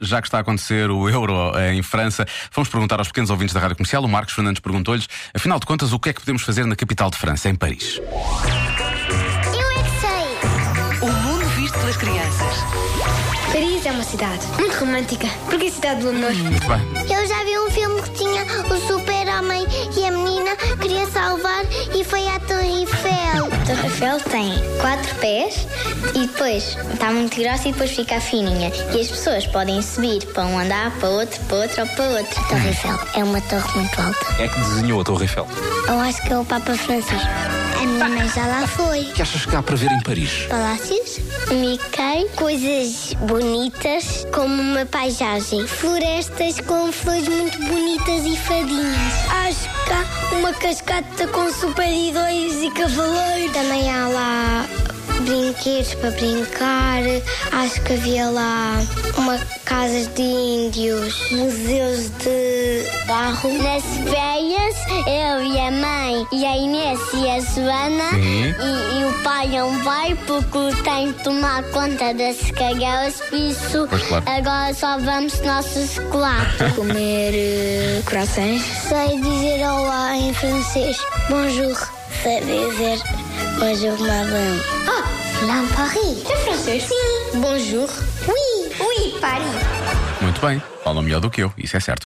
já que está a acontecer o Euro eh, em França, vamos perguntar aos pequenos ouvintes da Rádio Comercial. O Marcos Fernandes perguntou-lhes, afinal de contas, o que é que podemos fazer na capital de França, em Paris? Eu é que sei! O mundo visto pelas crianças. Paris é uma cidade muito romântica, porque é a cidade do amor. Muito bem. Eu já vi um filme que tinha o super-homem e a menina queria salvar e foi à Torre Eiffel. A Torre Eiffel tem quatro pés e depois está muito grossa e depois fica fininha. E as pessoas podem subir para um andar, para outro, para outro ou para outro. A Torre Eiffel é uma torre muito alta. É que desenhou a Torre Eiffel. Eu acho que é o Papa Francisco. A minha mãe já lá foi. O que achas que dá para ver em Paris? Palácios, Mickey, coisas bonitas, como uma paisagem, florestas com flores muito bonitas e fadinhas. Acho que há uma cascata com super-heróis e cavaleiros. Também há lá brinquedos para brincar, acho que havia lá uma casa de índios, museus de barro. Nas férias, eu e a mãe, e a Inês e a Joana, e, e o pai não vai porque tem de tomar conta das cagelas, por isso Pois claro. agora só vamos nossos quatro. eh, Comer corações. Sei dizer olá em francês. Bonjour. Sei dizer bonjour, madame. Ah, madame Paris. É francês? Sim. Bonjour. Oui. Oui, Paris. Muito bem. Falam melhor do que eu, isso é certo.